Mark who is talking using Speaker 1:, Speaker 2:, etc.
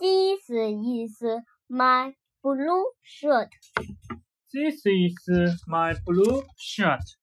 Speaker 1: This is my blue shirt.
Speaker 2: This is my blue shirt.